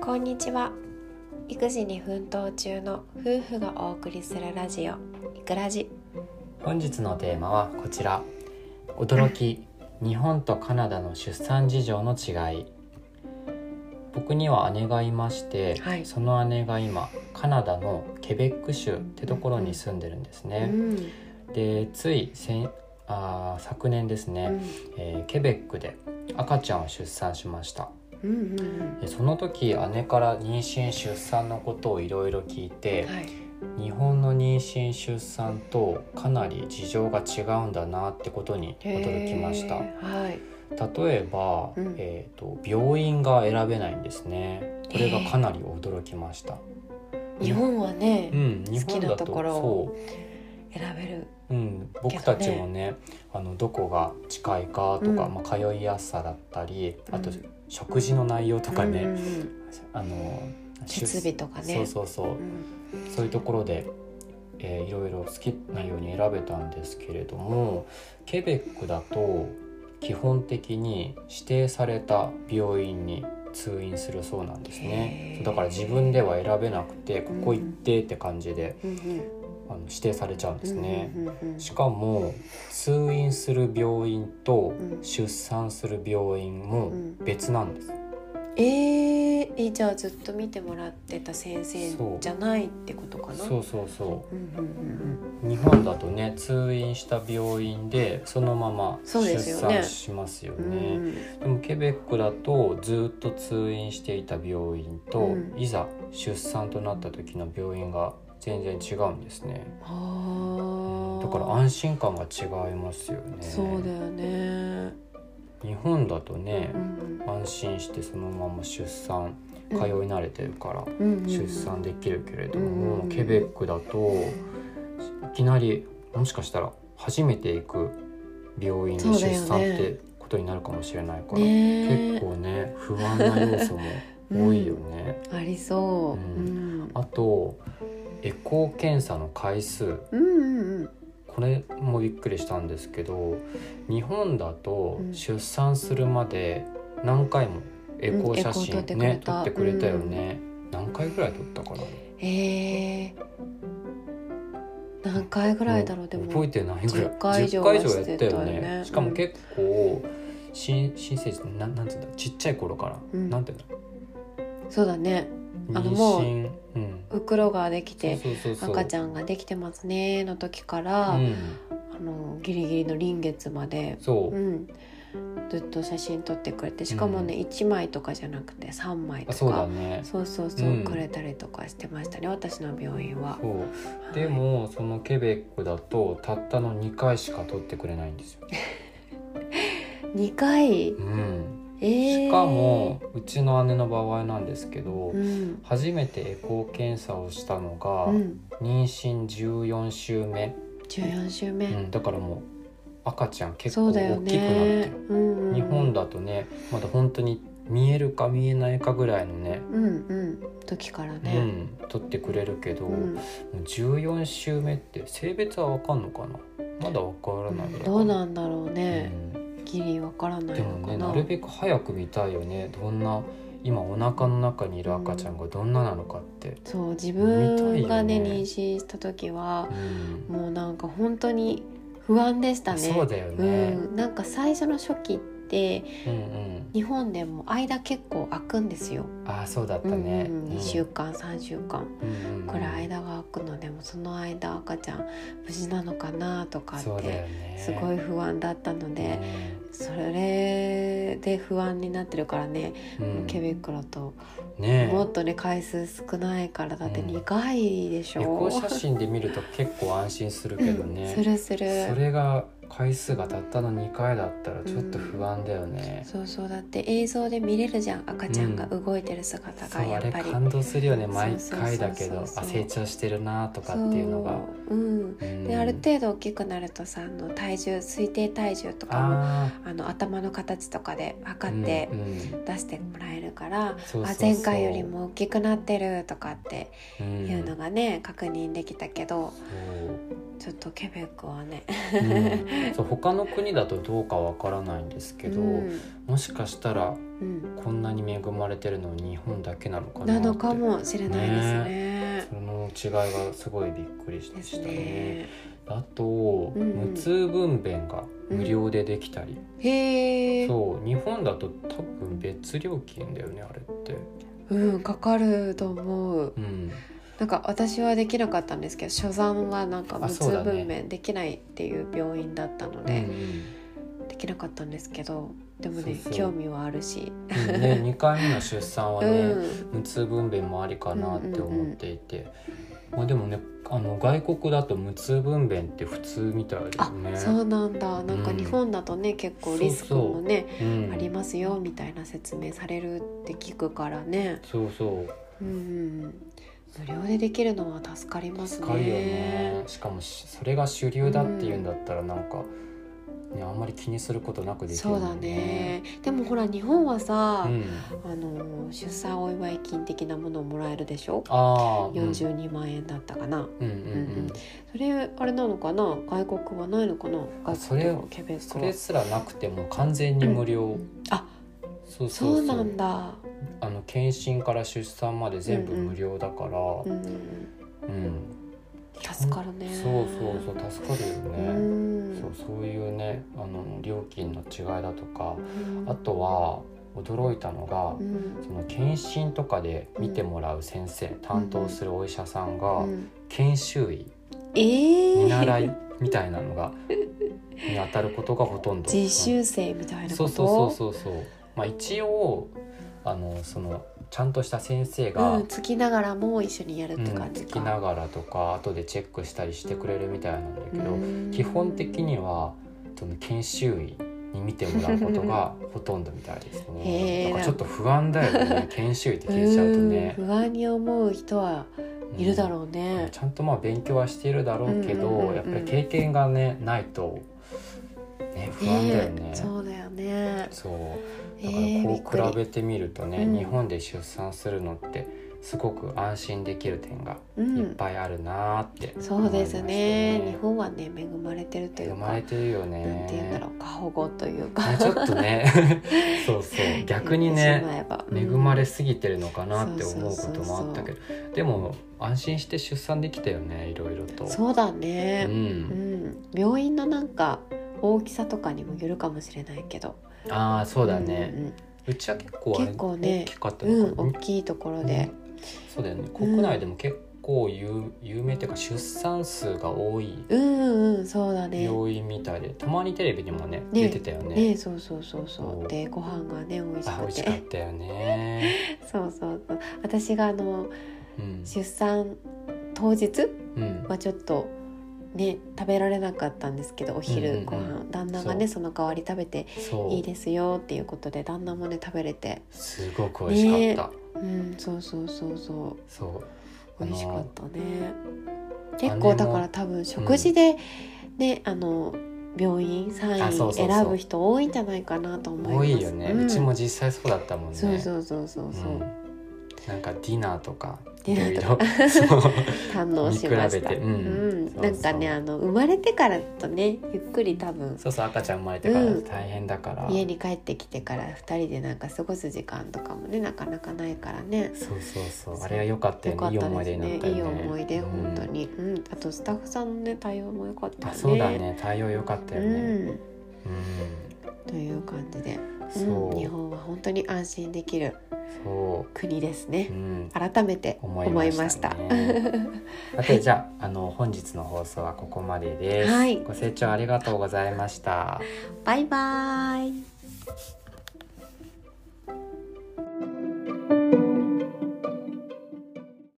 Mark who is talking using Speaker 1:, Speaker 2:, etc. Speaker 1: こんにちは育児に奮闘中の夫婦がお送りするラジオ「いくラジ
Speaker 2: 本日のテーマはこちら驚き日本とカナダの出産事情の違い僕には姉がいまして、
Speaker 1: はい
Speaker 2: その姉が今カナダのケベック州ってところに住んでるんです」
Speaker 1: う
Speaker 2: ね、
Speaker 1: ん
Speaker 2: でつい先あー昨年です
Speaker 1: う
Speaker 2: ね、
Speaker 1: ん
Speaker 2: えーケベックで赤ちゃんを出産しました
Speaker 1: うんうん
Speaker 2: でその時姉から妊娠出産のことをいろいろ聞いて、
Speaker 1: はい
Speaker 2: 日本の妊娠出産とかなり事情が違うんだなってことに驚きました
Speaker 1: へーはい
Speaker 2: 例えば、
Speaker 1: うん
Speaker 2: えー、と病院が選べないんですねこれがかなり驚きました、
Speaker 1: 日本はね、
Speaker 2: うん日
Speaker 1: 好
Speaker 2: 本だ
Speaker 1: きなと
Speaker 2: と
Speaker 1: ころ
Speaker 2: そ
Speaker 1: 選べる
Speaker 2: う、うん、僕たちも
Speaker 1: けど
Speaker 2: ねあのどこが近いかとか、
Speaker 1: うん
Speaker 2: まあ、通いやすさだったりあと
Speaker 1: うん
Speaker 2: 食事の内容とか
Speaker 1: う
Speaker 2: ね、
Speaker 1: んうんうん
Speaker 2: あの
Speaker 1: 設備とかね
Speaker 2: そうそうそう、
Speaker 1: うん
Speaker 2: そういうところで、えーいろいろ好きなように選べたんですけれどもケベックだと基本的に指定された病院に通院するそうなんです
Speaker 1: へ
Speaker 2: ね
Speaker 1: ー
Speaker 2: そうだから自分では選べなくてここ行ってって感じで、
Speaker 1: うんうん
Speaker 2: あの指定されちゃうんですね、
Speaker 1: うんうんうん
Speaker 2: しかも通院する病院と
Speaker 1: うん
Speaker 2: 出産する病院も
Speaker 1: うん
Speaker 2: 別なんです、
Speaker 1: えー、えじゃあずっと見てもらってた先生じゃないってことかな
Speaker 2: そうそうそう
Speaker 1: うんうんうん
Speaker 2: 日本だとね通院した病院でそのまま
Speaker 1: そう
Speaker 2: 出
Speaker 1: ですよね
Speaker 2: 産しますよ
Speaker 1: う
Speaker 2: ね
Speaker 1: ん
Speaker 2: で
Speaker 1: うん
Speaker 2: もケベックだとずっと通院していた病院と、
Speaker 1: うん
Speaker 2: いざ出産となった時の病院が全然違うんですね
Speaker 1: あー
Speaker 2: だから安心感が違いますよね
Speaker 1: そうだよね、
Speaker 2: 日本だとね
Speaker 1: う、ん
Speaker 2: 安心してそのまま出産
Speaker 1: う
Speaker 2: 通
Speaker 1: ん
Speaker 2: い慣れてるから
Speaker 1: うんうん、
Speaker 2: 出産できるけれども、
Speaker 1: うん
Speaker 2: ケベックだといきなりもしかしたら初めて行く病院で
Speaker 1: そうだよね
Speaker 2: 出産ってことになるかもしれないから、
Speaker 1: ねえ
Speaker 2: 結構ね不安な要素も多いよね。
Speaker 1: ありそう、う
Speaker 2: うんあとエコー検査の回数
Speaker 1: うんうんうん
Speaker 2: これもびっくりしたんですけど日本だと
Speaker 1: うん
Speaker 2: 出産するまで何回もエコー写真
Speaker 1: うんエコー撮ってくれ
Speaker 2: ね
Speaker 1: た
Speaker 2: 撮ってくれたよね、何回ぐらい撮ったかな
Speaker 1: えー、何回ぐらいだろうでも
Speaker 2: 覚えてないぐらい
Speaker 1: 10回以上
Speaker 2: 10
Speaker 1: は
Speaker 2: 回以上やったよ
Speaker 1: してたよ
Speaker 2: ね
Speaker 1: ね
Speaker 2: しかも結構新新生児なんなんつうんだちっちゃい頃から、
Speaker 1: うん
Speaker 2: なんていうんだ
Speaker 1: そうだねあの
Speaker 2: 妊
Speaker 1: もう
Speaker 2: 娠うん
Speaker 1: 袋ができて
Speaker 2: そうそうそうそう
Speaker 1: 赤ちゃんができてますねの時から、
Speaker 2: うん
Speaker 1: あのギリギリの臨月まで、
Speaker 2: そう、
Speaker 1: うん、ずっと写真撮ってくれてしかもね、一1枚とかじゃなくて3枚
Speaker 2: あ
Speaker 1: と
Speaker 2: そうだ
Speaker 1: か
Speaker 2: ね
Speaker 1: そう,、そうそう
Speaker 2: うん
Speaker 1: くれたりとかしてましたね私の病院は。
Speaker 2: そう
Speaker 1: はい
Speaker 2: でもそのケベックだとたったの2回しか撮ってくれないんですよ、
Speaker 1: 2回、
Speaker 2: うん、
Speaker 1: えー
Speaker 2: しかも、うちの姉の場合なんですけど、
Speaker 1: うん
Speaker 2: 初めてエコー検査をしたのが、
Speaker 1: うん、
Speaker 2: 妊娠14週目、
Speaker 1: 14週目、
Speaker 2: うん、だからもう赤ちゃん結
Speaker 1: そ
Speaker 2: 構
Speaker 1: うだよ
Speaker 2: 大きくなって
Speaker 1: ね
Speaker 2: る、。
Speaker 1: うんうん
Speaker 2: 日本だとねまだ本当に見えるか見えないかぐらいのね、
Speaker 1: うんうん時から
Speaker 2: う
Speaker 1: ね。
Speaker 2: ん、取ってくれるけど、
Speaker 1: うん
Speaker 2: もう14週目って性別はわかんのかなまだわからないぐらいか
Speaker 1: どうなんだろうね、
Speaker 2: うん
Speaker 1: ギリわからない
Speaker 2: で
Speaker 1: の
Speaker 2: も
Speaker 1: か
Speaker 2: ね
Speaker 1: な。
Speaker 2: なるべく早く見たいよねどんな今お腹の中にいる赤ちゃんがどんななのかって。
Speaker 1: そう自分がね
Speaker 2: 見たい
Speaker 1: 妊
Speaker 2: よね
Speaker 1: 娠した時は
Speaker 2: う、ん
Speaker 1: もうなんか本当に不安でしたね。
Speaker 2: そうだよ
Speaker 1: う
Speaker 2: ね、
Speaker 1: ん、なんか最初の初期って
Speaker 2: うんうん
Speaker 1: 日本でも間結構空くんですよ。
Speaker 2: ああそうだった
Speaker 1: うん
Speaker 2: ね、
Speaker 1: うん、2週間3週間くらい
Speaker 2: だ
Speaker 1: 間が空くのでもその間赤ちゃん無事なのかなとかっ
Speaker 2: そうだ
Speaker 1: て
Speaker 2: よね
Speaker 1: すごい不安だったので、それで不安になってるからね、
Speaker 2: うんうん
Speaker 1: ケベックだと
Speaker 2: ねえ
Speaker 1: もっとね回数少ないからだって
Speaker 2: うん
Speaker 1: 苦いでし
Speaker 2: 旅
Speaker 1: ょ、
Speaker 2: 行写真で見ると結構安心するけどね、
Speaker 1: するする
Speaker 2: それが回数がたったの2回だったらちょっと不安だよね、
Speaker 1: そうそうだって映像で見れるじゃん赤ちゃんが動いてる姿
Speaker 2: そう
Speaker 1: がや
Speaker 2: あ
Speaker 1: っ
Speaker 2: れ
Speaker 1: ぱり、
Speaker 2: 感動するよね毎
Speaker 1: そうそうそう
Speaker 2: 回だけど
Speaker 1: そうそう
Speaker 2: あ成長してるなとかっていうのが
Speaker 1: そううん
Speaker 2: うん
Speaker 1: である程度大きくなるとさあの体重推定体重とかもあ
Speaker 2: あ
Speaker 1: の頭の形とかで
Speaker 2: あ
Speaker 1: 測って
Speaker 2: うんうん
Speaker 1: 出してもらえるから、
Speaker 2: そうそう
Speaker 1: あ
Speaker 2: そう
Speaker 1: 前回よりも大きくなってるとかって
Speaker 2: うん
Speaker 1: いうのがね、確認できたけどち
Speaker 2: そう
Speaker 1: ょっとケベックはね
Speaker 2: うんそう他の国だとどうかわからないんですけど、
Speaker 1: うん
Speaker 2: もしかしたら
Speaker 1: うん
Speaker 2: こんなに恵まれてるのは日本だけなのかな
Speaker 1: な
Speaker 2: って
Speaker 1: のかもしれないですね。
Speaker 2: その違いがすごいびっくりし
Speaker 1: で
Speaker 2: まし
Speaker 1: す
Speaker 2: たね
Speaker 1: ね。
Speaker 2: あと、
Speaker 1: うん
Speaker 2: 無痛分娩が無料でできたり、
Speaker 1: へえ。
Speaker 2: そう日本だと多分別料金だよねあれって
Speaker 1: うん、かかると思う。
Speaker 2: うん
Speaker 1: なんか私はできなかったんですけど、所産はなんか無
Speaker 2: あ
Speaker 1: 痛
Speaker 2: そうだね
Speaker 1: 分娩できないっていう病院だったの
Speaker 2: うん
Speaker 1: で、できなかったんですけど、でもね
Speaker 2: そうそう
Speaker 1: 興味はあるし、
Speaker 2: うん ね、2回目の出産は
Speaker 1: う
Speaker 2: ね、
Speaker 1: ん、
Speaker 2: 無痛分娩もありかなって思っていて、まあ、でもねあの外国だと無痛分娩って普通みたいです
Speaker 1: あ、
Speaker 2: ね。
Speaker 1: そうなんだ。なんか
Speaker 2: うん
Speaker 1: 日本だとね、結構リスクもね
Speaker 2: うん
Speaker 1: ありますよみたいな説明されるって聞くからね。
Speaker 2: そうそ
Speaker 1: う
Speaker 2: う
Speaker 1: んうんうん、無料でできるのは助かりますね。
Speaker 2: 高いよねしかもしそれが主流だっていうんだったらなんか、ね、あんまり気にすることなくできる
Speaker 1: そう
Speaker 2: も
Speaker 1: だ
Speaker 2: んね。
Speaker 1: ね。でもほら日本はさ、
Speaker 2: うん、
Speaker 1: あの出産お祝い金的なものをもらえるでしょ。
Speaker 2: ああ
Speaker 1: 四十二万円だったかな。
Speaker 2: うんう
Speaker 1: うん
Speaker 2: んうんう
Speaker 1: うん
Speaker 2: ん
Speaker 1: それあれなのかな。外国はないのかな。
Speaker 2: あそ
Speaker 1: 外
Speaker 2: れ
Speaker 1: 国とかケベッ
Speaker 2: そ
Speaker 1: クは
Speaker 2: れ。すらなくても完全に無料、
Speaker 1: あ、
Speaker 2: そうそ
Speaker 1: そ
Speaker 2: うそう
Speaker 1: うなんだ。
Speaker 2: あの検診から出産まで全部無料だから、
Speaker 1: う
Speaker 2: うん
Speaker 1: んうん、助
Speaker 2: 助
Speaker 1: か
Speaker 2: か
Speaker 1: るね。
Speaker 2: そうそうそう助かるよね、
Speaker 1: ん
Speaker 2: そうそういうねあの料金の違いだとかあとは驚いたのが、
Speaker 1: うん
Speaker 2: その検診とかで見てもらう先生、担当するお医者さん
Speaker 1: う
Speaker 2: が
Speaker 1: ん、
Speaker 2: 研修医、
Speaker 1: ええー。
Speaker 2: 見習いみたいなのがに当たることがほとんど
Speaker 1: 実習生みたいなこと。
Speaker 2: そうそうそうそうそうまあ一応あのそのちゃんとした先生が、
Speaker 1: うん、つきながらも一緒にやる
Speaker 2: う
Speaker 1: っ
Speaker 2: ん、
Speaker 1: て感じ
Speaker 2: 聞き
Speaker 1: か。
Speaker 2: ながらとか後でチェックしたりしてくれるみたいなんだけど、
Speaker 1: うん
Speaker 2: 基本的にはその研修医に見てもらうことがほとんどみたいです
Speaker 1: へ
Speaker 2: ね。
Speaker 1: ー
Speaker 2: なんかちょっと不安だよ ね研修医って聞いちゃうとね。
Speaker 1: うん不安に思う人は
Speaker 2: うん
Speaker 1: いるだろうね、
Speaker 2: ちゃんとまあ勉強はしているだろうけど、
Speaker 1: うんうんうんうん
Speaker 2: やっぱり経験がねないとね不安だよね。
Speaker 1: えそうだよね
Speaker 2: そう
Speaker 1: え
Speaker 2: だ
Speaker 1: ー
Speaker 2: か
Speaker 1: びっく
Speaker 2: らこう比
Speaker 1: り
Speaker 2: べてみるとね、
Speaker 1: うん
Speaker 2: 日本で出産するのってすごく安心できる点が
Speaker 1: う
Speaker 2: いっ
Speaker 1: ん
Speaker 2: ぱいあるなーって
Speaker 1: そうですね
Speaker 2: 思い
Speaker 1: 日本はね恵まれてるという
Speaker 2: ま
Speaker 1: か
Speaker 2: れてるよね。
Speaker 1: なんて言うんだろう過保護というか
Speaker 2: ねちょっと ねそうそう逆
Speaker 1: 言
Speaker 2: に
Speaker 1: ってし
Speaker 2: ね
Speaker 1: まえば
Speaker 2: 恵まれ
Speaker 1: うん
Speaker 2: すぎてるのかなって
Speaker 1: そう
Speaker 2: 思う
Speaker 1: そ
Speaker 2: こ
Speaker 1: うそうそう
Speaker 2: ともあったけどでも安心して出産できたよねいろいろと。
Speaker 1: そうだ
Speaker 2: う
Speaker 1: ね、うん
Speaker 2: ん、
Speaker 1: 病院のなんか大きさとかにもよるかもしれないけど
Speaker 2: ああそうだね、
Speaker 1: うん
Speaker 2: うちは結構あれ
Speaker 1: 結構ね
Speaker 2: 大きかった
Speaker 1: うん、
Speaker 2: の
Speaker 1: うん
Speaker 2: かな、
Speaker 1: 大きいところで、
Speaker 2: そうだよね国内でも結構有有名っていうか出産数が多い
Speaker 1: うん、うんそうだね
Speaker 2: 病院みたいでたまにテレビにもね
Speaker 1: ね
Speaker 2: 出てたよね
Speaker 1: ねそうそうそうそ
Speaker 2: そうう
Speaker 1: でご飯がね美味し
Speaker 2: あ美
Speaker 1: く
Speaker 2: 味しかってたよね、
Speaker 1: そうそうそう私があの
Speaker 2: うん
Speaker 1: 出産当日
Speaker 2: うん、
Speaker 1: はちょっとね食べられなかったんですけどお
Speaker 2: うんうん
Speaker 1: 昼
Speaker 2: うん
Speaker 1: ご飯、旦那がねその代わり食べて
Speaker 2: そう
Speaker 1: いいですよっていうことで旦那もね食べれて
Speaker 2: すごく美味しかった、
Speaker 1: うんそうそうそうそ
Speaker 2: そう
Speaker 1: う
Speaker 2: あのー
Speaker 1: 美味しかったね結構だから多分食事でね、あの病院産院
Speaker 2: あそうそうそう
Speaker 1: 選ぶ人多いんじゃないかなと思いま
Speaker 2: 多
Speaker 1: す
Speaker 2: いよね、
Speaker 1: ん
Speaker 2: うちも実際そうだったもんね
Speaker 1: そうそうそうそうそう、
Speaker 2: んなんかディナーとか
Speaker 1: デ
Speaker 2: いろ
Speaker 1: ィ
Speaker 2: い
Speaker 1: ナー
Speaker 2: ろそう
Speaker 1: 堪能しま
Speaker 2: 見
Speaker 1: し
Speaker 2: 比べ
Speaker 1: た。
Speaker 2: て
Speaker 1: う
Speaker 2: うんん、
Speaker 1: なんかね、
Speaker 2: そうそう
Speaker 1: あの生まれてからとね、ゆっくり多分。
Speaker 2: そうそう赤ちゃん生まれてから大変だから、
Speaker 1: 家に帰ってきてから二人でなんか過ごす時間とかもねなかなかないからね
Speaker 2: そうそうそう
Speaker 1: そう
Speaker 2: あれは良かった
Speaker 1: よ
Speaker 2: よ
Speaker 1: かっ
Speaker 2: ねいい
Speaker 1: た
Speaker 2: 思
Speaker 1: で
Speaker 2: い
Speaker 1: す
Speaker 2: 出にな
Speaker 1: ね
Speaker 2: ったよ
Speaker 1: いい
Speaker 2: ね
Speaker 1: 思い出
Speaker 2: うん
Speaker 1: 本当に、うんあとスタッフさんのね対応も良かった
Speaker 2: あそうだね対応良かったよねうん、
Speaker 1: うん、という感じで、
Speaker 2: そう、
Speaker 1: うん日本は本当に安心できる
Speaker 2: そ
Speaker 1: 国です
Speaker 2: う、う
Speaker 1: ね、
Speaker 2: ん、
Speaker 1: 改めて思
Speaker 2: 思
Speaker 1: い
Speaker 2: い
Speaker 1: ま
Speaker 2: ま
Speaker 1: した
Speaker 2: した ねさてじゃああの本日の放送はここまでです、
Speaker 1: はい
Speaker 2: ご清聴ありがとうございました
Speaker 1: バイバーイ